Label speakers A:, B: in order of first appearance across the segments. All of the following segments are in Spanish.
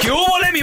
A: ¿Qué hubo, le, mi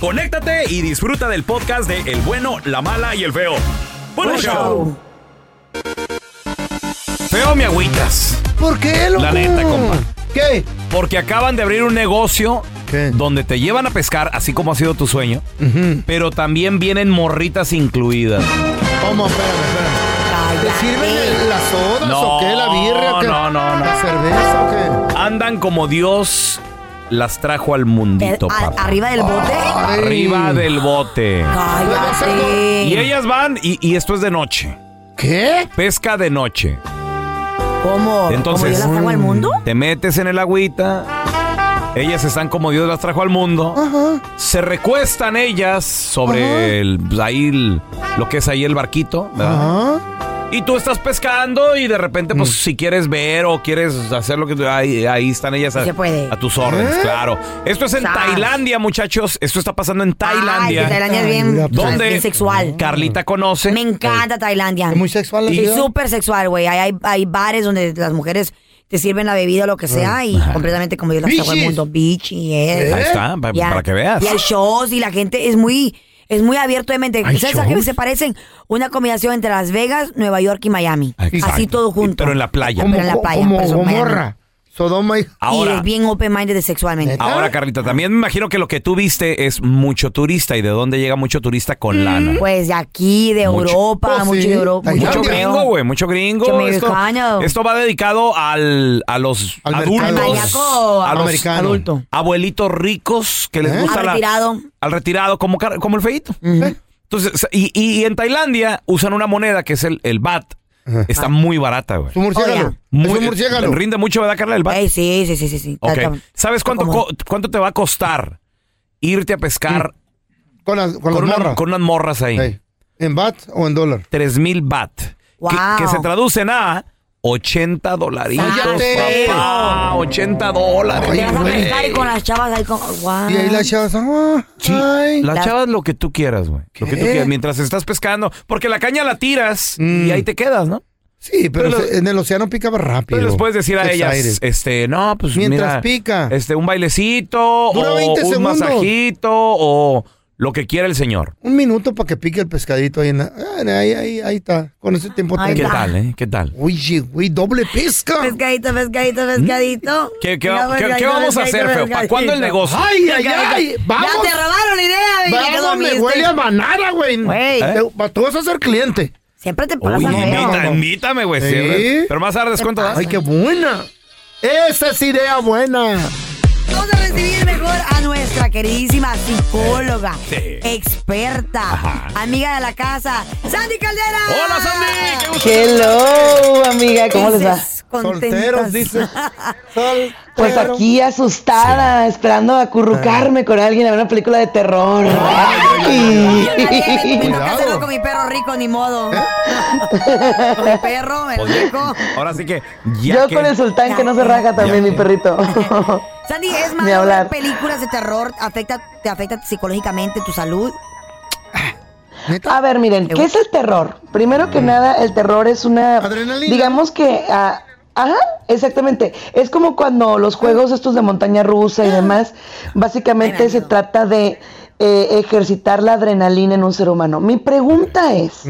A: conéctate y disfruta del podcast de El bueno, la mala y el feo. Buen
B: Buen
A: show. Feo, mi agüitas.
B: ¿Por qué, loco?
A: La neta, compa.
B: ¿Qué?
A: Porque acaban de abrir un negocio donde te llevan a pescar, así como ha sido tu sueño, pero también vienen morritas incluidas.
B: ¿Cómo? Espérame, espérame. ¿Te sirven las sodas o qué? ¿La birra? o qué?
A: No, no, no.
B: ¿La cerveza o qué?
A: Andan como Dios las trajo al mundito,
C: A-
A: papá.
C: arriba del bote.
A: Arriba del bote.
C: Cállate.
A: Y ellas van, y, y esto es de noche.
B: ¿Qué?
A: Pesca de noche.
C: ¿Cómo? ¿Cómo yo
A: Entonces,
C: las traigo al mundo?
A: te metes en el agüita. Ellas están como Dios las trajo al mundo. Se recuestan ellas sobre el, pues, ahí el- lo que es ahí el barquito. ¿verdad?
B: ¿Ah?
A: Y tú estás pescando y de repente,
C: Mm.
A: pues, si quieres ver o quieres hacer lo que tú... Ahí, ahí están ellas a,
C: Se puede.
A: a tus órdenes,
B: ¿Eh?
A: claro. Esto es en
C: Sas.
A: Tailandia, muchachos. Esto está pasando en Tailandia.
C: Ay, pues, que Tailandia es bien,
B: Mira, pues.
C: o sea, es
A: ¿Dónde?
C: bien sexual.
A: Carlita conoce.
C: Oh. Me encanta Tailandia.
B: ¿Es muy sexual la
C: Y
B: ciudad?
C: súper sexual, güey. Hay, hay, hay bares donde las mujeres te sirven la bebida o lo que sea y completamente como Dios las trajo al
B: Bichis.
C: mundo. Bitch y
A: Eh,
C: eso.
A: Ahí está, pa-
C: Ya.
A: para que veas.
C: Y hay shows y la gente es muy, es muy abierto de mente.
B: ¿Hay
C: ¿Sabes a qué
B: shows?
C: se parecen? Una combinación entre Las Vegas, Nueva York y Miami.
A: Exacto.
C: Así todo junto.
A: Pero en la playa.
C: Como- Pero en la
B: co-
C: playa,
B: como
C: por eso, Miami.
B: Gomorra, Sodoma y...
C: y
A: Ahora,
C: es bien open-minded sexualmente.
B: ¿Neta?
A: ahora, Carlita, también me imagino que lo que tú viste es mucho turista. ¿Y de dónde llega mucho turista con lana?
C: Pues de aquí, de
A: Mucho.
C: Europa,
B: Oh,
C: mucho
B: sí.
C: de Europa.
B: Ay,
A: Mucho
B: Tailandia.
A: gringo, güey, mucho gringo.
C: Mucho
A: Esto,
C: mexicano.
A: esto va dedicado al, a los
B: Al
A: adultos,
B: mercado.
C: Al mayaco,
A: a
B: al
A: los
B: americano.
C: Adulto.
A: abuelitos ricos que les
B: ¿Eh?
A: gusta
C: Al
A: la-
C: retirado.
A: al retirado, como, car- como el feito.
B: ¿Eh?
A: Entonces, y, y en Tailandia usan una moneda que es el, el bat.
B: Ajá.
A: Está muy barata, güey.
B: Su murciélago.
A: Muy-
B: Su murciélago.
A: Rinde mucho, ¿verdad, Carla? El bat.
C: Ey, sí, sí, sí, sí. sí.
A: Ok.
C: Está- está-
A: ¿Sabes cuánto,
C: como-
A: co- cuánto te va a costar irte a pescar
B: Mm. Con las, con
A: con,
B: las
A: una-
B: morras.
A: con unas morras ahí?
B: Ey. ¿En bat o en dólar?
A: 3000 bat. Que-
C: Wow.
A: Que, se traducen a 80 dolaritos,
B: Cállate.
A: papá. 80 dólares.
C: Te vas a
A: güey.
C: pescar y con las chavas ahí con... Guau.
B: Y ahí las chavas... ah,
A: Sí,
B: ay.
A: las
C: Las-
A: chavas lo que tú quieras, güey. Lo que tú
B: ¿Qué?
A: quieras, mientras estás pescando. Porque la caña la tiras y
B: Mm.
A: ahí te quedas, ¿no?
B: Sí, pero,
A: Pero-
B: se- en el océano picaba rápido.
A: Pero les puedes decir a
B: Qué
A: ellas,
B: excited.
A: este, no, pues
B: Mientras
A: mira,
B: pica.
A: Este, un bailecito,
B: Dura
A: o
B: 20
A: un
B: segundos.
A: masajito, o lo que quiera el señor.
B: Un minuto para que pique el pescadito ahí en la... ah, Ahí, ahí, ahí está. Con ese tiempo...
C: Ahí
A: ¿Qué
B: tengo.
C: está.
A: tal, eh? ¿Qué tal?
B: Oye, güey, doble pesca.
C: Pescadito, pescadito, pescadito.
A: ¿Qué, qué,
C: Mira,
A: va- qué-
C: pescadito,
A: qué vamos a hacer,
C: pescadito,
A: feo? ¿Para cuándo el
C: pescadito.
A: negocio?
B: Ay, ay, ay. Vamos.
C: Ya te robaron la idea, baby. ¿Qué
B: Vamos, me
C: dormiste?
B: huele a manada, güey.
C: Güey.
B: Te- Tú vas a ser cliente.
C: Siempre te pasa,
A: Uy,
C: feo.
A: invita- invítame, güey.
B: Sí.
A: cierre. Pero más tarde, ¿cuánto das?
B: Ay, qué buena. Esa es idea buena.
C: Vamos a recibir el queridísima psicóloga,
A: Sí.
C: experta, amiga de la casa, Sandy Caldera.
A: ¡Hola, Sandy! ¡Qué gusto!
D: Hello, amiga, ¿cómo les va?
C: Dices,
B: Solteros,
C: contentas.
B: dice. Solteros.
D: Pues aquí asustada, esperando acurrucarme con alguien a ver una película de terror.
C: Yo también me-
D: Ay.
C: me tocó
B: Cuidado.
C: hacerlo con mi perro rico, ni modo. con mi perro, el rico.
A: Ahora sí que ya
D: Yo
A: que-
D: con el sultán que no se raja también, mi perrito.
C: Sandy, es
D: Ni
C: malo
D: hablar.
C: ver películas de terror, afecta, te afecta psicológicamente tu salud.
D: A ver, miren, ¿qué es el terror? Primero que nada, el terror es una...
B: Adrenalina.
D: Digamos que... ah, ajá, exactamente. Es como cuando los juegos estos de montaña rusa y demás,
C: Me da
D: básicamente se
C: miedo.
D: trata de eh, ejercitar la adrenalina en un ser humano. Mi pregunta es,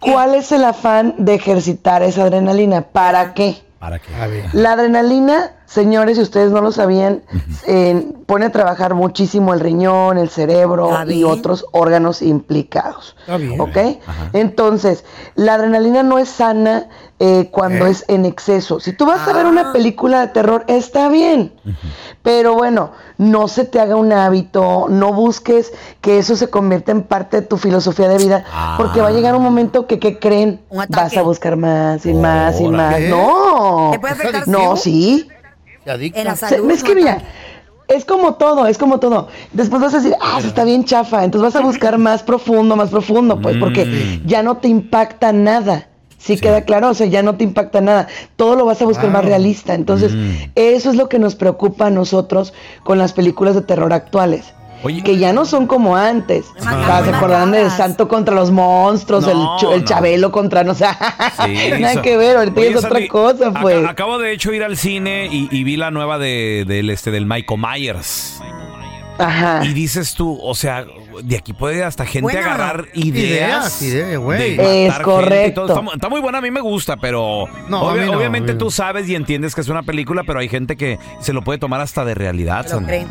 D: ¿cuál es el afán de ejercitar esa adrenalina? ¿Para qué?
A: ¿Para qué?
B: A ver.
D: La adrenalina, señores, si ustedes no lo sabían, eh, pone a trabajar muchísimo el riñón, el cerebro
C: Está
D: y
C: bien.
D: otros órganos implicados.
B: Está bien.
D: ¿Ok? Entonces, la adrenalina no es sana eh, cuando es en exceso. Si tú vas a ver
C: Ah.
D: una película de terror, está bien. Pero bueno, no se te haga un hábito, no busques que eso se convierta en parte de tu filosofía de vida, porque
B: Ah.
D: va a llegar un momento que, ¿qué creen?
C: Un ataque.
D: Vas a buscar más y más y más.
B: Órale.
D: No.
C: ¿Te puede afectar
D: No, sí.
B: Se adicta.
C: En la
D: Se-
C: salud.
D: es que
C: ¿no?
D: mira, es como todo, es como todo. Después vas a decir, ah, sí está bien chafa. Entonces vas a buscar más profundo, más profundo, pues,
A: Mm.
D: porque ya no te impacta nada. Sí, queda claro, o sea, ya no te impacta nada. Todo lo vas a buscar más realista. Entonces,
A: Mm.
D: eso es lo que nos preocupa a nosotros con las películas de terror actuales.
A: Oye.
D: que ya no son como antes. Ah,
C: Mataban,
D: ¿Se acordarán de
C: matadas.
D: Santo contra los monstruos, el
A: No,
D: ch- el,
A: no.
D: Chabelo contra, no sé,
A: Sí,
D: nada
A: so-
D: que ver, ahorita
A: Oye,
D: ya es otra
A: Sandy,
D: cosa,
A: aca-
D: pues.
A: acabo de hecho ir al cine y, y vi la nueva de, del, este, del Michael Myers.
D: Ajá.
A: Y dices tú, o sea, de aquí puede hasta gente
C: Bueno.
A: agarrar
B: Ideas,
A: ideas.
B: ideas, güey.
A: de
D: Es
A: matar gente y todo.
D: correcto.
A: Está, mu- está muy buena, a mí me gusta, pero
B: No, a
A: obvia-
B: mí no,
A: obviamente
B: a mí no.
A: tú sabes y entiendes que es una película, pero hay gente que se lo puede tomar hasta de realidad.
C: Te lo
A: Sandra.
C: creen.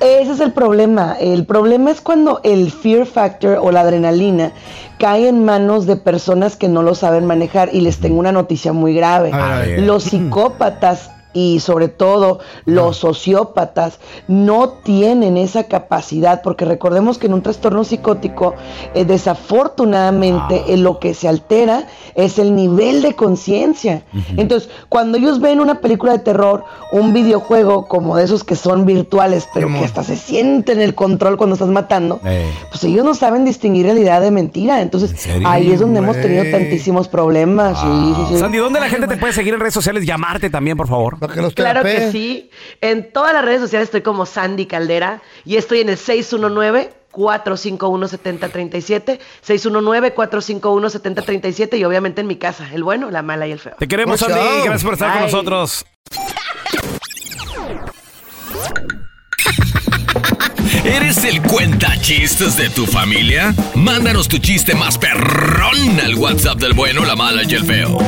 D: Ese es el problema. El problema es cuando el fear factor o la adrenalina cae en manos de personas que no lo saben manejar y les tengo una noticia muy grave.
B: A
A: ver.
D: Los psicópatas y sobre todo los sociópatas no tienen esa capacidad porque recordemos que en un trastorno psicótico eh, desafortunadamente
A: Ah.
D: eh, lo que se altera es el nivel de conciencia. Entonces, cuando ellos ven una película de terror, un videojuego como de esos que son virtuales, pero
B: Simón.
D: que hasta se sienten el control cuando estás matando,
A: Eh.
D: pues ellos no saben distinguir realidad de mentira. Entonces,
A: ¿En serio?
D: ahí es donde hemos tenido
B: Güey.
D: tantísimos problemas. Sí, sí, sí.
A: Sandy, ¿dónde la gente te puede seguir en redes sociales? Llamarte también, por favor.
B: Para que los
E: Claro que
B: terapee.
E: sí. En todas las redes sociales estoy como Sandy Caldera y estoy en el 619 451 7037, 619 451 7037 y obviamente en mi casa, el bueno, la mala y el feo.
A: Te queremos,
B: Mucho.
A: Sandy. Gracias por estar con
E: Bye.
A: nosotros.
F: ¿Eres el cuenta chistes de tu familia? Mándanos tu chiste más perrón al WhatsApp del bueno, la mala y el feo.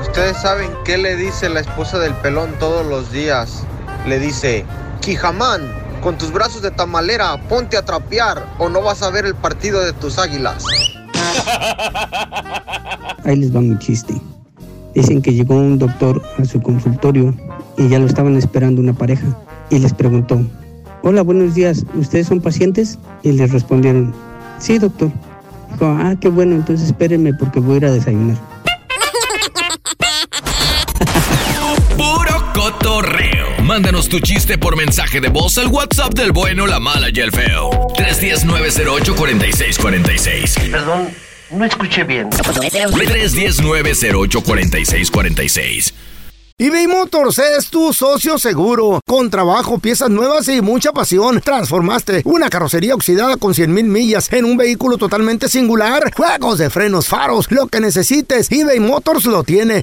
G: Ustedes saben qué le dice la esposa del pelón todos los días. Le dice, Quijamán, con tus brazos de tamalera, ponte a trapear o no vas a ver el partido de tus águilas.
H: Ahí les va mi chiste. Dicen que llegó un doctor a su consultorio y ya lo estaban esperando una pareja y les preguntó, hola, buenos días, ¿ustedes son pacientes? Y les respondieron, sí, doctor. Dijo, ah, qué bueno, entonces espérenme porque voy a ir a desayunar.
F: Puro cotorreo. Mándanos tu chiste por mensaje de voz al WhatsApp del bueno, la mala y el feo. 310-908-4646.
I: Perdón, no escuché bien.
F: 310-908-4646.
B: eBay Motors es tu socio seguro. Con trabajo, piezas nuevas y mucha pasión, transformaste una carrocería oxidada con 100 mil millas en un vehículo totalmente singular. Juegos de frenos, faros, lo que necesites, eBay Motors lo tiene.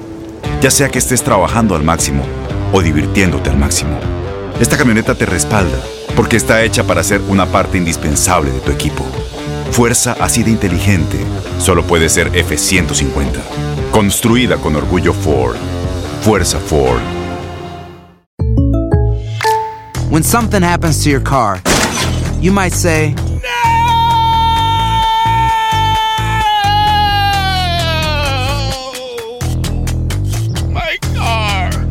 J: Ya sea que estés trabajando al máximo o divirtiéndote al máximo, esta camioneta te respalda porque está hecha para ser una parte indispensable de tu equipo. Fuerza así de inteligente solo puede ser F-150. Construida con orgullo Ford. Fuerza Ford.
K: When something happens to your car, you might say,
L: My car.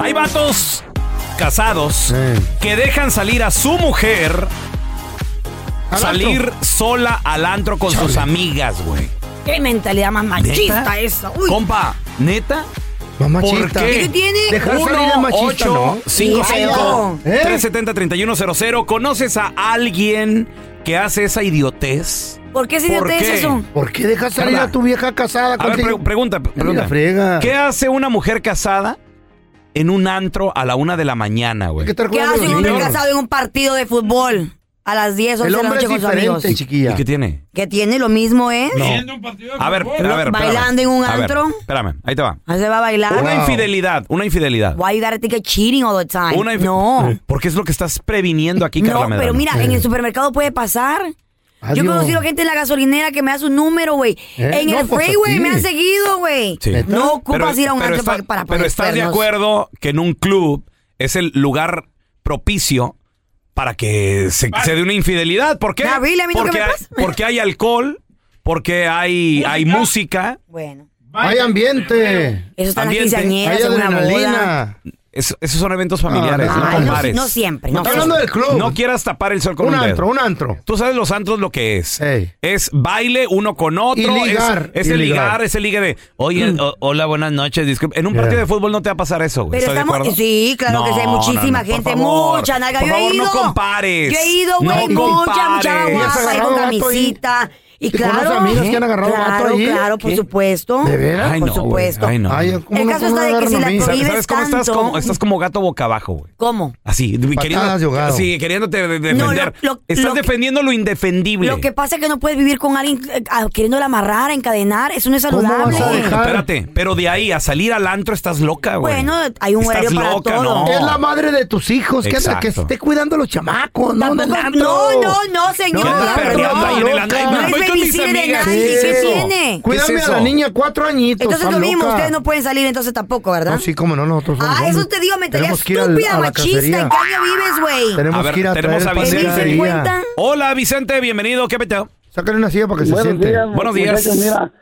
A: Hay vatos casados que dejan salir a su mujer
C: Al
A: salir sola al antro con sus amigas, güey.
C: Qué mentalidad más machista
A: ¿Neta?
C: esa. Uy.
A: Compa, ¿neta? ¿Por
C: machista.
A: qué?
C: ¿Qué tiene? Dejar salir es
A: 1
C: machista,
A: 8
C: ¿no?
A: 5
C: Sí, no.
A: 5
B: ¿Eh?
A: 370 3100 ¿Conoces a alguien que hace esa idiotez?
C: ¿Por qué se
A: ¿Por
C: idiotez
A: qué?
C: eso?
B: ¿Por qué dejas salir
A: Carla.
B: a tu vieja casada
A: A ver,
B: contigo?
A: pre- pregunta, pregunta.
B: la friega.
A: ¿Qué hace una mujer casada en un antro a la una de la mañana, güey?
C: ¿Qué hace un hombre casado en un partido de fútbol a las 10 o de
B: El
C: la
B: hombre
C: noche
B: es
C: con sus amigos?
B: diferente, chiquilla.
A: ¿Y qué tiene?
C: ¿Qué tiene? Lo mismo ¿eh? es.
A: No. A ver, a ver, espérame.
C: Bailando en un
A: A ver,
C: antro.
A: espérame, ahí te va.
C: Ahí se va a bailar.
A: Una infidelidad, una infidelidad.
C: Why you gotta think of cheating all the time?
A: Una infi-
C: no.
A: Porque es lo que estás previniendo aquí, Carla
C: No,
A: Medrano.
C: pero mira, en el supermercado puede pasar. Yo he
A: Adiós.
C: conocido gente en la gasolinera que me da su número, güey.
A: ¿Eh?
C: En
A: No,
C: el
A: pues,
C: freeway
A: sí.
C: me han seguido, güey.
A: Sí.
C: No ocupas
A: Pero-
C: ir a un
A: pero está-
C: antro para, para
A: Pero
C: poner
A: estás de
C: cuernos.
A: acuerdo que en un club es el lugar propicio para que se, se dé una infidelidad. ¿Por qué?
C: Ah. No, really, a mí nunca
A: porque,
C: me
A: hay,
C: pasa.
A: porque hay alcohol, porque hay, hay música.
C: Bueno.
B: Hay ambiente.
C: Eso está en las
A: Ambiente.
C: quinceañeras, en una boda.
A: Es- esos son eventos familiares,
C: Ah,
A: no
C: no,
A: compares.
C: no siempre, no Está hablando
B: siempre. del club.
A: No quieras tapar el sol con un,
B: Un
A: dedo.
B: antro, un antro.
A: Tú sabes los antros lo que es. Es baile uno con otro.
B: Y ligar,
A: Es, es
B: y
A: el ligar,
B: ligar.
A: es el ligue de, oye, o- hola, buenas noches. disculpe. En un partido de fútbol no te va a pasar eso, güey.
C: Pero
A: ¿Estás de
C: estamos,
A: acuerdo?
C: sí, claro que sí, hay
A: No, no,
C: muchísima
A: no, por
C: gente,
A: favor.
C: mucha nalga.
A: Por
C: yo
A: favor,
C: he ido.
A: no compares.
C: Yo he ido, güey,
A: No
C: mucha, mucha
A: compares. ¿Y has
C: guapa, ahí
A: agarrado
C: con
A: vato ahí?
C: camisita. Y
B: ¿Y conoces
C: claro,
B: amigas que han agarrado
C: claro,
B: vato ahí?
C: claro, por
B: ¿Qué?
C: supuesto.
B: ¿De veras?
A: Ay,
C: Por
A: no, güey.
C: supuesto.
A: Ay, no.
B: Ay, ¿cómo
C: El
B: no-
C: caso
B: cómo
C: está de
B: no
C: que
B: agarran
C: si
B: a
C: la
B: mí?
C: prohíbes
A: ¿Sabes cómo estás?
C: tanto-
A: Como, estás como gato boca abajo, güey.
C: ¿Cómo?
A: Así, queriendo,
B: de ahogado.
A: sí, queriéndote de- defender.
C: No, lo- lo-
A: estás
C: lo que-
A: defendiendo lo indefendible.
C: Lo que pasa es que no puedes vivir con alguien eh, ah, queriéndolo amarrar, encadenar. Eso no es saludable.
A: Espérate, pero de ahí a salir al antro estás loca, güey.
C: Bueno, hay un
A: Estás
C: horario para
A: loca,
C: todo.
A: No.
B: Es la madre de tus hijos. Que, anda- que
A: Exacto.
B: esté cuidando a los chamacos. No, Del
C: Tampoco-
B: antro.
C: no, no, no, señor.
B: No,
C: No,
B: perreando ahí en el
C: no,
B: antro.
C: no
B: Voy
C: es
B: con mis
C: babysitter de
B: amigas.
C: nadie.
B: ¿Qué es
C: ¿Qué
B: eso?
C: tiene?
B: Cuídame
C: ¿Qué es
B: a la
C: eso?
B: niña, cuatro añitos.
C: Entonces
B: está
C: lo mismo,
B: loca.
C: ustedes no pueden salir entonces tampoco, ¿verdad?
B: No, sí, cómo no, nosotros.
C: Ah,
B: somos
C: eso
B: hombres.
C: te digo, mentalidad
B: Tenemos que ir al-
C: estúpida,
B: a la
C: machista.
B: cacería.
C: ¿En qué año vives, güey?
B: Tenemos
A: a ver,
B: que ir a
A: tenemos
B: traer
A: a
B: pastel
A: Vicente.
B: de día.
A: Hola, Vicente, bienvenido. ¿Qué peteo?
B: Sácale una silla para que se siente.
A: Buenos días.
M: muchachos, Mira,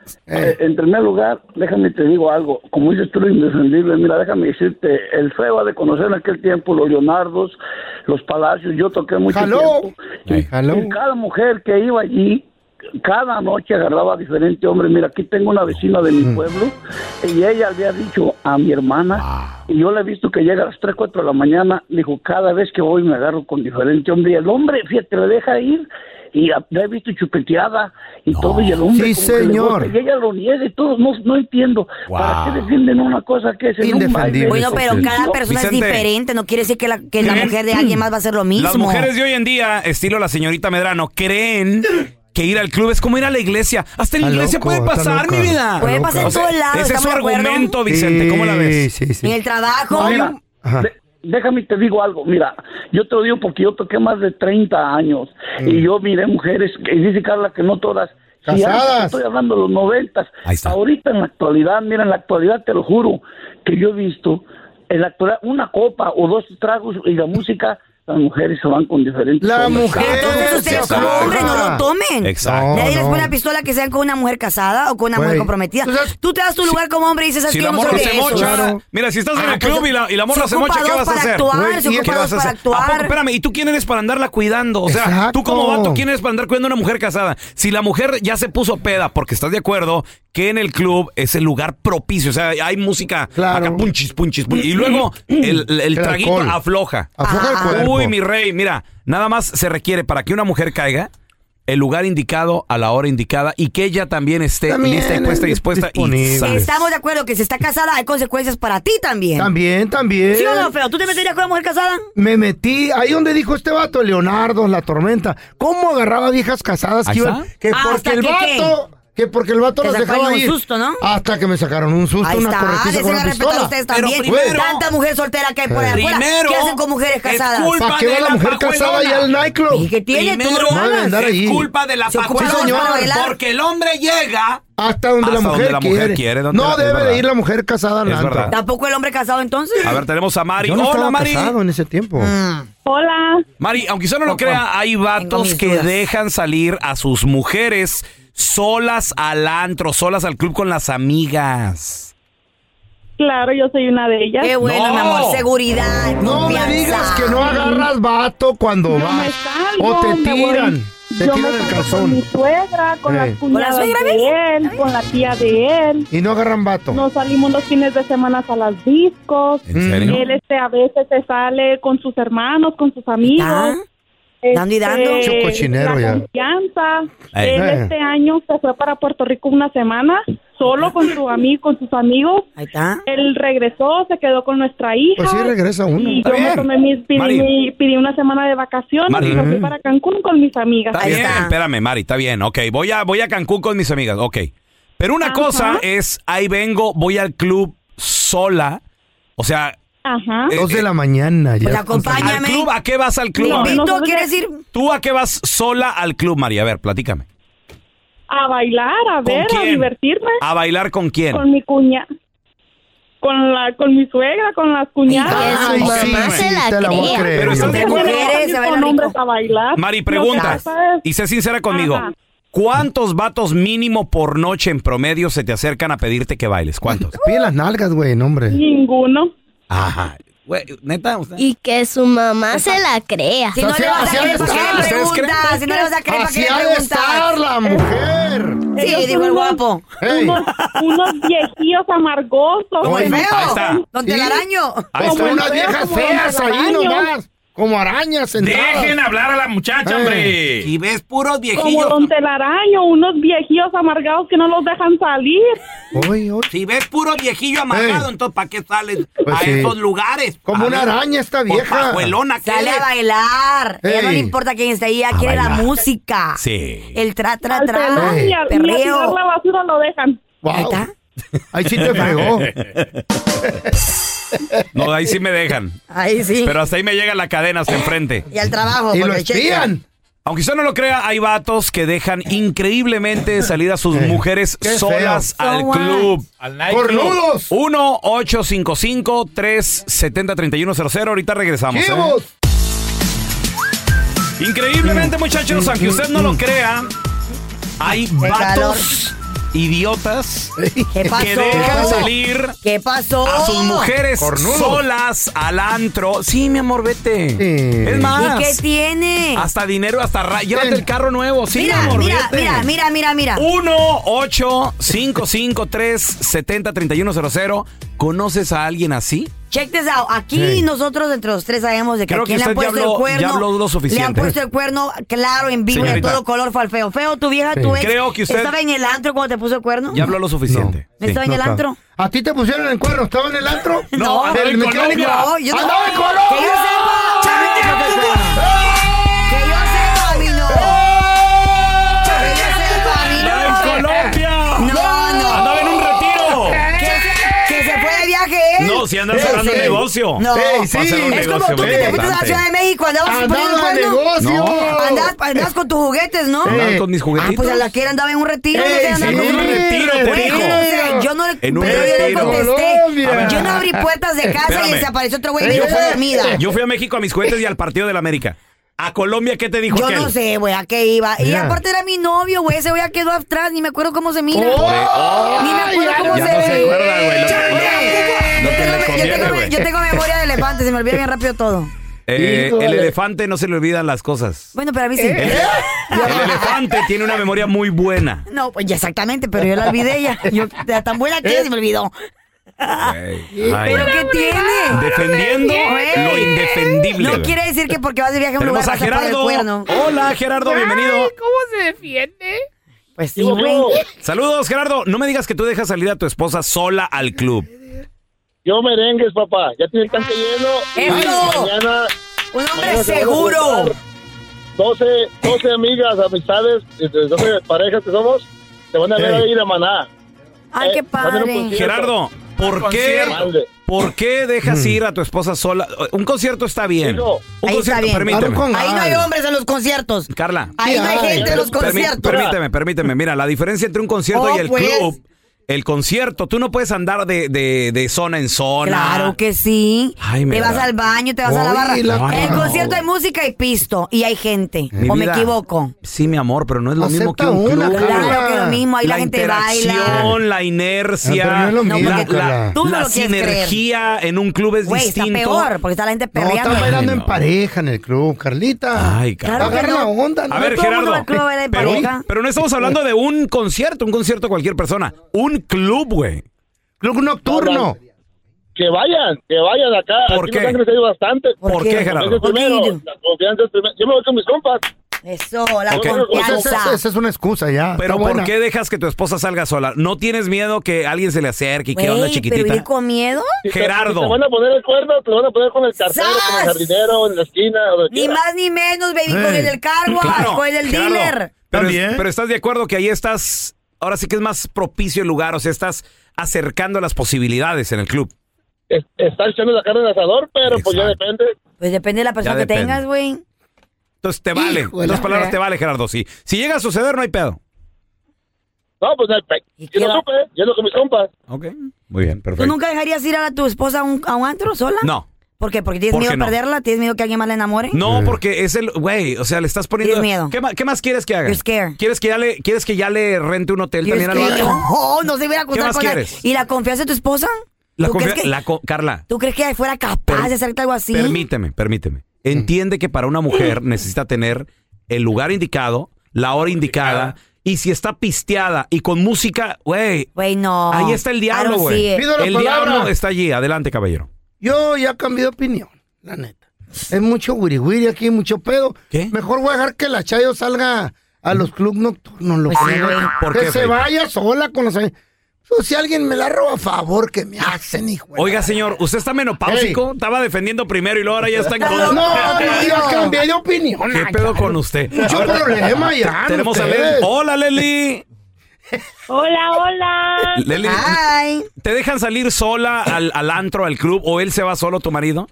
M: eh, en primer lugar, déjame te digo algo. Como dices tú, lo indefendible, mira, déjame decirte, el feo ha de conocer en aquel tiempo los Leonardos, los Palacios, yo toqué mucho tiempo. Y cada mujer que iba allí, cada noche agarraba a diferente hombre. Mira, aquí tengo una vecina de mi pueblo y ella le había dicho a mi hermana, y yo la he visto que llega a las 3, 4 de la mañana, dijo, cada vez que voy me agarro con diferente hombre. Y el hombre, fíjate, le deja ir y a- la he visto chupeteada y todo, y el
B: Sí,
M: hombre... como que le
B: señor.
M: gusta, Y ella lo niega y todo, no, no entiendo. ¿Para qué defienden una cosa que es en un baile?
C: Bueno, pero cada persona es
A: Vicente. ¿Eh?
C: diferente. No quiere decir que la, que la mujer de alguien más va a hacer lo mismo.
A: Las mujeres de hoy en día, estilo la señorita Medrano, creen que ir al club es como ir a la iglesia. Hasta en la
B: Está
A: iglesia
B: loco,
A: puede
B: está
A: pasar,
B: loca,
A: mi vida.
B: está Puede loca. pasar en
A: O sea,
C: todos lados,
A: Ese Este es su
C: ¿estamos de acuerdo?
A: argumento, Vicente. ¿Cómo la ves?
B: Sí, sí, sí.
C: En el trabajo.
M: Mira, de- déjame te digo algo, mira, yo te lo digo porque yo toqué más de 30 años
A: Mm.
M: y yo miré mujeres, que- y dice Carla que no todas. si antes,
B: Casadas.
M: estoy hablando de los noventas. Ahorita en la actualidad, mira, en la actualidad te lo juro que yo he visto en la actualidad una copa o dos tragos y la música, las mujeres se van con diferentes.
B: La
M: hombres.
B: mujer Entonces
C: ustedes como hombres no lo tomen.
M: Exacto.
C: Nadie les
M: No,
C: pone
M: no.
C: la pistola que sean con una mujer casada o con una mujer
A: Güey.
C: comprometida. Tú te das tu lugar como hombre y dices, ¿sabes
A: Si
C: qué?
A: la
C: Yo no
A: morra
C: soy
A: se
C: de esos.
A: mocha, mira, si estás en
C: Ah,
A: el club
C: pues,
A: y la, y la morra
C: se
A: se, mocha,
C: ocupa
A: ¿qué
C: dos
A: vas a
C: para
A: hacer?
C: actuar,
A: Güey,
C: se
A: ¿qué
C: ocupa
A: vas
C: dos
A: a
C: para
A: hacer? ¿A poco?
C: actuar.
A: Espérame, ¿y tú quién eres para andarla cuidando? O sea, tú como vato, ¿quién eres para andar cuidando a una mujer casada? Si la mujer ya se puso peda, porque estás de acuerdo que en el club es el lugar propicio, o sea, hay música, acá punchis, punchis, punchis, y luego el, el
B: El
A: traguito
B: alcohol.
A: afloja.
B: Afloja el cuerpo.
A: Uy, mi rey, mira, nada más se requiere para que una mujer caiga el lugar indicado a la hora indicada y que ella también esté
C: También,
A: lista, dispuesta,
C: eh,
A: dispuesta y
C: Si
A: sabes.
C: Estamos de acuerdo que si está casada hay consecuencias para ti también.
B: También, también.
C: ¿Sí o no, feo? ¿Tú te meterías con una mujer casada?
B: Me metí, ahí donde dijo este vato, Leonardo, la tormenta, cómo agarraba viejas casadas
C: Ahí
B: que iban,
C: está.
B: que
C: Ah,
B: porque
C: ¿hasta
B: el
C: que
B: vato, que porque el vato
C: Te
B: las dejaba
C: sacaron un
B: ir.
C: susto, ¿no?
B: Hasta que me sacaron un susto,
C: Ahí
B: una
C: está, Ah,
B: corretiza
C: deben
B: con una
C: respetar
B: pistola.
C: ustedes también. Tanta mujer soltera que hay por ahí afuera.
B: Primero,
C: ¿Qué hacen con mujeres casadas?
B: ¿Para qué va la mujer casada y al nightclub?
C: ¿Y qué tiene? Tú
B: Primero,
C: no
B: no debe
C: ganas.
B: andar ahí.
C: Se ocupa
B: Sí,
C: la
B: señor.
C: otra para bailar.
A: Porque el hombre llega
B: Hasta donde la
A: Hasta
B: mujer
A: donde la mujer
B: quiere.
A: quiere, don
B: no
A: Tela, es
B: debe
A: verdad.
B: de ir la mujer casada al
A: Es
B: antro.
A: verdad.
C: ¿Tampoco el hombre casado entonces?
A: A ver, tenemos a Mari.
B: Yo no
A: Hola,
B: estaba
A: Mari.
B: casado en ese tiempo.
C: Mm.
N: Hola.
A: Mari, aunque usted no lo crea, hay vatos
N: mis
A: que
N: dudas.
A: dejan salir a sus mujeres solas al antro, solas al club con las amigas.
N: Claro, yo soy una de ellas.
C: Qué bueno, mi amor. Seguridad,
B: No me
C: confianza.
B: digas que no agarras vato cuando vas.
N: Salgo,
B: o te
N: me
B: tiran.
N: voy.
B: Te
N: Yo
B: tiran
N: me
B: el
N: salgo Con mi
B: calzón.
N: suegra, con
B: Eh.
N: las
B: ¿Con la
N: cuñadas
B: suegra,
N: de él, con la tía de él.
B: Y no agarran vato.
N: Nos salimos los fines de semana a las discos.
B: ¿En serio?
N: Él este, a veces se sale con sus hermanos, con sus amigos.
C: Dando y dando.
N: Este,
B: Mucho cochinero
N: la
B: ya.
N: confianza.
B: Ey.
N: Él
B: Eh.
N: este año se fue para Puerto Rico una semana solo con su amigo, con sus amigos. Él regresó, se quedó con nuestra hija.
B: Pues sí, regresa uno.
N: Y
B: Está
N: yo me
B: bien.
N: tomé mis, pedí,
A: Mari.
N: mi- pedí una semana de vacaciones
A: Mari.
N: y me fui
A: Mm.
N: para Cancún con mis amigas.
A: Está bien, espérame, Mari, está bien. Ok, voy a, voy a Cancún con mis amigas. Ok. Pero una cosa es, ahí vengo, voy al club sola. O sea, Eh, Pues
N: Ajá.
B: Dos de la mañana. ya.
A: ¿al club? ¿A qué vas al club?
N: No,
A: A ver.
N: nosotros ya-
A: ¿Tú a qué vas sola al club, Mari? A ver, platícame.
N: A bailar, a
A: ¿Con
N: ver, a
A: quién?
N: divertirme.
A: ¿A bailar con quién?
N: Con mi cuñada. Con, la, con mi suegra, con las cuñadas.
A: Ay, Ay, sí, no se la te la voy a creo. creer. Pero estás de
N: Con
A: acuerdo.
N: mujeres,
C: se
N: con hombres a
C: Ah,
N: bailar.
A: Mari,
N: Lo que
A: pregunta.
N: pasa es-
A: Y sé sincera conmigo.
N: Ajá.
A: ¿Cuántos vatos mínimo por noche en promedio se te acercan a pedirte que bailes? ¿Cuántos?
B: Pide las nalgas, güey, no, hombre.
N: Ninguno.
A: Ajá. Güey, neta, usted-
O: Y que su mamá se la crea.
C: Si no le vas a creer, ¿para qué le preguntas? Si no le vas a creer, ¿para qué le preguntas? Sí,
N: Ellos
C: dijo
N: son
C: el
N: unos-
C: guapo.
N: Unos, unos viejillos amargosos.
B: Como el
N: que no-
B: feo. Ahí está.
C: Don Telaraño.
B: Ahí
N: Como
B: están
N: el
B: unas
N: feo,
B: viejas
N: como el
B: feas ahí
N: telaraño.
B: nomás. Como arañas sentadas.
N: Dejen
P: hablar a la muchacha, hombre.
A: Y ves puros
N: Como Don Telaraño, unos viejillos amargados que no los dejan salir.
A: Si ves puro viejillo amargado, entonces ¿para qué sales
B: Pues
A: a
B: sí.
A: esos lugares?
B: Como
A: A
B: una
A: ver,
B: araña esta
A: por
B: vieja.
A: pajuelona que
C: Sale
A: eres.
C: a bailar. Ya no le
B: Ey.
C: importa quién está ahí, ya quiere la
B: bailar.
C: música.
A: Sí.
C: El tra, tra,
N: Al
C: tra.
N: pelón y al- y a tirar
C: Perreo.
N: la basura lo dejan.
B: Ahí está. Ahí sí te fregó.
A: No, ahí sí me dejan.
C: Ahí sí.
A: Pero hasta ahí me llega la cadena hasta enfrente.
C: Y al trabajo.
A: Y
C: por
A: lo
C: el cheque.
A: espían. Aunque usted no lo crea, hay vatos que dejan increíblemente salir a sus mujeres
B: Qué feo. So
A: solas al
B: what?
A: club.
B: Al nightclub. ¡Cornudos!
A: 1-855-370-3100. Ahorita regresamos. ¿eh?
B: ¡Chivos!
A: Increíblemente, muchachos, aunque usted no lo crea, hay vatos idiotas
C: ¿Qué pasó?
A: que dejan salir
C: ¿Qué pasó?
A: a sus mujeres
C: Cornudo.
A: solas al antro. Sí, mi amor, vete. Es más.
C: ¿Y qué tiene?
A: Hasta dinero, hasta ra- llévate el carro nuevo. Sí,
C: mira,
A: mi amor,
C: mira,
A: vete.
C: mira, mira, mira, mira.
A: 1 8 5 5 3 70 31 00 ¿Conoces a alguien así?
C: Check this out. Aquí
A: Hey.
C: nosotros entre los tres sabemos de que
A: Creo
C: a
A: que
C: quién le han
A: usted ya
C: puesto el
A: habló- ya
C: cuerno.
A: habló lo
C: Le han
A: suficiente.
C: puesto el cuerno claro en vivo y a
A: Señorita.
C: todo color fue al feo. Feo, tu vieja,
A: Sí.
C: tu ex.
A: Creo que usted-
C: ¿Estaba en el antro cuando te puso el cuerno?
A: Ya habló lo suficiente.
C: ¿No estaba en el antro?
A: Ah.
B: ¿A ti te pusieron en cuerno? ¿Estaba en el antro?
A: No, andaba
B: ¿Del
A: en
B: mecánico?
A: Colombia.
C: No, yo no.
B: ¡Andaba en Colombia!
C: Que yo sepa. Que yo sepa, a mí no.
A: ¡Eh!
C: Que yo sepa, a mí no. No, no.
A: Andaba en un retiro.
C: Que, que se fue de viaje él.
A: No, si andan cerrando
C: sí.
A: un negocio.
C: No.
A: Ey, sí.
C: Es como
A: Es como
C: tú que te fuiste a la Ciudad de México, andabas
B: Andaba
C: poniendo el
B: de
C: cuerno.
B: negocio.
C: No. Andabas, andabas con tus juguetes, ¿no?
A: Andaba Eh. con mis
C: Ah,
A: juguetitos.
C: pues a la que era andaba en un retiro. no
A: Ey,
C: sé, andaba
A: sí,
C: con-
A: en un retiro, te
C: Güey,
A: digo.
C: o sea, yo no le,
A: En un
C: pero yo le
A: retiro.
C: contesté.
A: Colombia.
C: Yo no abrí puertas de casa y
A: Espérame.
C: desapareció otro güey y me dejó dormida.
A: Yo fui a México a mis cohetes y al partido de la América. ¿A Colombia qué te dijo
C: Yo
A: aquel?
C: no sé, güey, a qué iba. Y
A: Mira.
C: aparte era mi novio, güey. Ese güey ya quedó atrás, ni me acuerdo cómo se mira.
A: Oh,
C: ni me acuerdo
A: ya
C: cómo
A: no
C: se
A: se
C: ve.
A: acuerda, güey, lo que- Lo que le
C: Yo tengo,
A: conviene, güey.
C: yo tengo memoria de elefante, se me olvida bien rápido todo.
A: Eh,
C: Híjole.
A: el elefante no se le olvidan las cosas.
C: Bueno, pero a mí sí.
A: Eh, El elefante tiene una memoria muy buena. Eh.
C: No, pues ya exactamente, pero yo la olvidé ya. Yo, ya tan buena que ya se me olvidó. ¿Pero qué tiene?
A: Defendiendo lo indefendible.
C: No quiere decir que porque vas de viaje a un lugar
A: Tenemos a
C: vas a parar el
A: Gerardo.
C: cuerno.
A: Hola, Gerardo, bienvenido.
Q: ¿Cómo se defiende?
C: Pues
Q: sí, güey.
A: Saludos, Gerardo. No me digas que tú dejas salir a tu esposa sola al club.
R: Yo merengues, papá. Ya tiene el tanque lleno.
C: ¡Eso!
R: Mañana,
C: ¡Un
R: mañana se van a juntar 12, 12 amigas, amistades, entre 12 parejas que somos, se van a
A: Ey.
R: ver ahí de maná.
C: Ay,
R: Eh,
C: qué padre.
A: Gerardo, ¿por qué,
R: Concierto.
A: ¿por qué dejas
C: Mm.
A: ir a tu esposa sola? Un concierto está bien. Un
C: Ahí está
A: concierto,
C: bien.
A: permíteme.
C: Ahí no hay hombres en los conciertos.
A: Carla.
C: Ahí no hay gente en los
A: Permi-
C: conciertos.
A: Permíteme, permíteme. Mira, la diferencia entre un concierto
C: Oh,
A: y el
C: pues.
A: club. El concierto, tú no puedes andar de, de- de zona en zona.
C: Claro que sí.
A: Oh, Ay, me
C: te vas
A: da-
C: al baño, te vas a la
A: Ay,
C: barra.
A: la-
C: En el
A: no.
C: concierto hay música y pisto y hay gente.
A: Mi
C: ¿O me
A: vida.
C: equivoco?
A: Sí, mi amor, pero no es lo mismo que
C: Acepta
A: un
C: una,
A: club.
C: Carla. Claro que es lo mismo, ahí la gente
A: interacción, la inercia,
C: Ah, pero no es lo No, mismo,
A: la,
C: porque
A: la-
C: tú no
A: la
C: lo quieres creer.
A: sinergia en un club es
C: Güey, está
A: distinto.
C: peor porque está la gente
B: No,
C: perreando.
B: están bailando en pareja en el club, Carlita.
A: Ay,
C: Claro que
B: Agarra
C: no.
B: la onda.
A: A ver, Gerardo, pero, pero no estamos hablando de un concierto, un concierto cualquier persona, un club, güey.
B: Club nocturno.
R: Que vayan, que vayan
A: ¿Por
R: acá. Aquí en Los
A: qué?
R: Ángeles hay bastante.
A: ¿Por ¿Por qué, qué, Gerardo?
R: La confianza es
A: ¿Por qué,
R: primero,
A: Guillo?
R: la confianza es primero. Yo me voy con mis compas.
C: Eso, la
A: Ok.
C: confianza.
B: Esa, esa es una excusa ya.
A: Pero
B: está
A: ¿por
B: buena.
A: qué dejas que tu esposa salga sola? ¿No tienes miedo que alguien se le acerque y qué onda
C: Güey, ¿Pero ir
A: chiquitita?
C: con miedo?
A: Gerardo.
R: Te van a poner el cuerno, te lo van a poner con el cartero, con el
C: ¡Sas!
R: jardinero, en la esquina. o donde
C: Ni
R: quiera.
C: más ni menos, baby, con
R: Ey.
C: el del cargo,
A: Eh, Claro,
C: con el del
A: Gerardo,
C: dealer.
A: Pero, es- pero estás de acuerdo que ahí estás, ahora sí que es más propicio el lugar, o sea, estás acercando las posibilidades en el club.
R: Es- Está echando la carne al asador, pero pues ya depende.
C: Pues depende de la persona que
A: depende.
C: tengas, güey.
A: Entonces te vale, en
C: Híjole.
A: otras palabras te vale, Gerardo, sí. Si llega a suceder, no hay pedo.
R: No, pues no hay pe- Yo
C: qué
R: lo
C: va-
R: supe, yo lo con mis compas.
A: Ok. Muy bien,
C: ¿Tú nunca dejarías ir a tu esposa a un, a un antro sola?
A: No.
C: ¿Por qué? ¿Porque tienes
A: ¿Por
C: miedo
A: qué
C: a
A: no?
C: perderla? ¿Tienes miedo que alguien más la enamore?
B: Eh.
A: No, porque es el, güey, o sea, le estás poniendo...
C: Tienes miedo.
A: ¿Qué, ma- qué más quieres que haga?
C: You're scared.
A: ¿Quieres que ya le, quieres que ya le rente un hotel
C: Dios
A: también al
C: que-
A: vato?
C: Oh, no se hubiera acusado
A: más
C: con nadie.
A: quieres?
C: ¿Y la confianza de tu esposa?
A: La
C: ¿Tú,
A: confia-
C: crees que,
A: la co- Carla,
C: ¿Tú crees que fuera capaz de hacerte algo así?
A: permíteme, permíteme. Entiende que para una mujer necesita tener el lugar indicado, la hora indicada, y si está pisteada y con música, güey,
C: Güey, no.
A: ahí está el
C: Oh, I
A: diablo,
C: don't
A: güey.
C: see it.
B: Pido la
A: El
B: palabra.
A: diablo está allí. Adelante, caballero.
B: Yo ya cambié de opinión, la neta. Es mucho wiri aquí, mucho pedo. Mejor voy a dejar que la Chayo salga a los clubes nocturnos, lo
A: Pues sí, güey. ¿Por
B: Que
A: qué,
B: se
A: Freddy?
B: vaya sola con los... Pues, si alguien me la roba, a favor, que me hacen, hijo.
A: Oiga, señor, ¿usted está menopáusico? Estaba defendiendo primero y luego ahora ya está en
B: No,
A: contra.
B: no, yo cambié de opinión.
A: ¿Qué pedo con usted?
B: Mucho
A: Ahora,
B: problema ya,
A: te- Tenemos a
B: ustedes.
A: Leli. Hola, Leli.
S: Hola, hola.
A: Leli,
C: Ay.
A: ¿te dejan salir sola al, al antro, al club, o él se va solo, tu marido?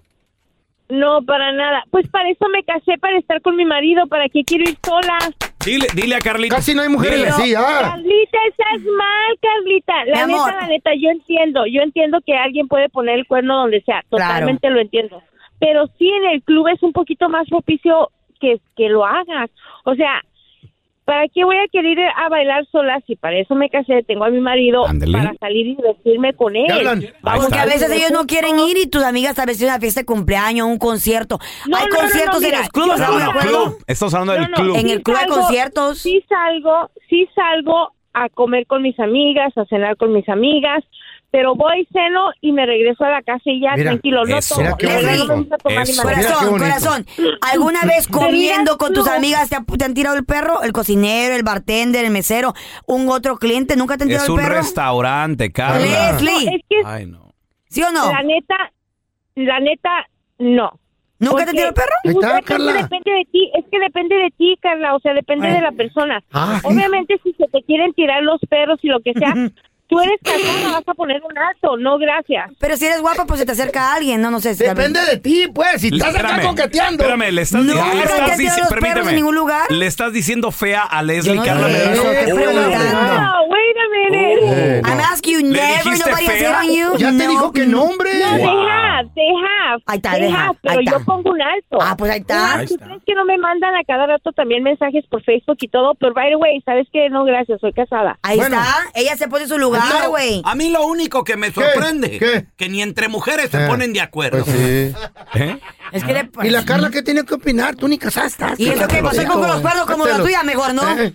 S: No, para nada. Pues para eso me casé, para estar con mi marido. ¿Para qué quiero ir sola?
A: Dile, dile a Carlita.
B: Casi no hay mujeres
A: Dile.
B: así, ah.
S: Carlita, estás mal, Carlita. La
C: Mi
S: neta,
C: amor.
S: la neta, yo entiendo. Yo entiendo que alguien puede poner el cuerno donde sea.
C: Claro.
S: Totalmente lo entiendo. Pero sí en el club es un poquito más propicio que, que lo hagas. O sea, ¿para qué voy a querer ir a bailar sola si para eso me casé, tengo a mi marido, para salir y vestirme con él? Vamos
C: Porque a veces ellos no quieren ir y tus amigas tal vez tienen una fiesta de cumpleaños, un concierto.
S: No,
C: Hay
S: no, no, no,
C: conciertos en
S: mira,
C: los clubes,
S: yo
C: ¿estamos de
S: no-
C: acuerdo?
S: club.
A: Estamos hablando del
S: No, no,
A: club.
C: En el club hay
S: salgo-
C: conciertos.
S: Sí salgo, sí salgo a comer con mis amigas, a cenar con mis amigas, pero voy, ceno y me regreso a la casa y ya
C: Mira,
S: tranquilo, no
C: eso,
S: tomo.
C: mira qué
S: La verdad,
C: bonito.
S: no me gusta tomar ni
C: Eso.
S: madre.
C: Corazón, Mira qué bonito. corazón, ¿Alguna vez
S: Pero mira,
C: comiendo con tus
S: no.
C: amigas te, ha- te han tirado el perro? El cocinero, el bartender, el mesero, un otro cliente, ¿nunca te han tirado
A: Es
C: el
A: un
C: perro?
A: restaurante, Carla.
C: Leslie.
S: No, es que-
A: Ay, no.
C: ¿Sí o no?
S: La neta, la neta, no.
C: ¿Nunca te tiró el perro?
S: Ahí
C: Ahí está, Carla.
S: depende de ti, es que depende de ti, Carla, o sea, depende de la persona.
C: Ah,
S: Obviamente, si se te quieren tirar los perros y lo que sea, tú eres casada, vas a poner un alto, no gracias.
C: Pero si eres guapa, pues se te acerca a alguien, no, no sé.
B: Depende de ti, pues, si estás acá
A: Espérame,
B: coqueteando.
A: Espérame, le estás,
C: No,
A: le
C: nunca
A: estás
C: te han tirado
A: dici-
C: los perros
A: permíteme,
C: en ningún lugar.
A: Le estás diciendo fea a Leslie
C: Yo no
A: Carla.
C: dije
A: Medrano.
C: eso, te estoy
A: Oh.
C: preguntando.
S: No, wait a minute.
C: I'm asking you
A: ¿Le
C: never,
A: dijiste
C: nobody has hit
A: fea?
C: on you.
A: Ya te dijo que no, hombre.
S: No,
A: Wow.
S: they have, they have.
C: Ahí está,
S: they
C: they
S: have,
C: have,
S: pero
C: ahí
S: yo
C: está.
S: pongo un alto.
C: Ah, pues ahí está.
S: Ah,
C: Ahí
S: ¿tú
C: está.
S: crees que no me mandan a cada rato también mensajes por Facebook y todo? Pero by the way, ¿sabes qué? No, gracias, soy casada.
C: Ahí está, ella se pone en su lugar, güey.
A: A mí lo único que me sorprende que ni entre mujeres se
B: Eh,
A: ponen de acuerdo. ¿Eh?
C: Es que le-
B: ¿Y la Carla qué tiene que opinar? Tú ni casaste.
C: Y eso que pasó con los cuernos como la
B: Mételo.
C: tuya, mejor, ¿no?
B: Eh.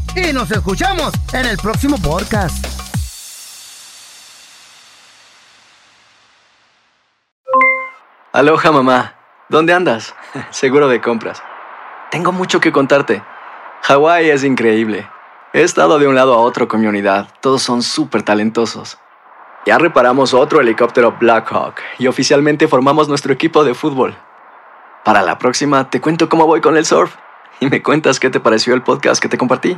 B: Y nos escuchamos en el próximo podcast.
Q: Aloha mamá, ¿dónde andas? Seguro de compras. Tengo mucho que contarte. Hawái es increíble. He estado de un lado a otro con mi unidad. Todos son súper talentosos. Ya reparamos otro helicóptero Blackhawk y oficialmente formamos nuestro equipo de fútbol. Para la próxima te cuento cómo voy con el surf y me cuentas qué te pareció el podcast que te compartí,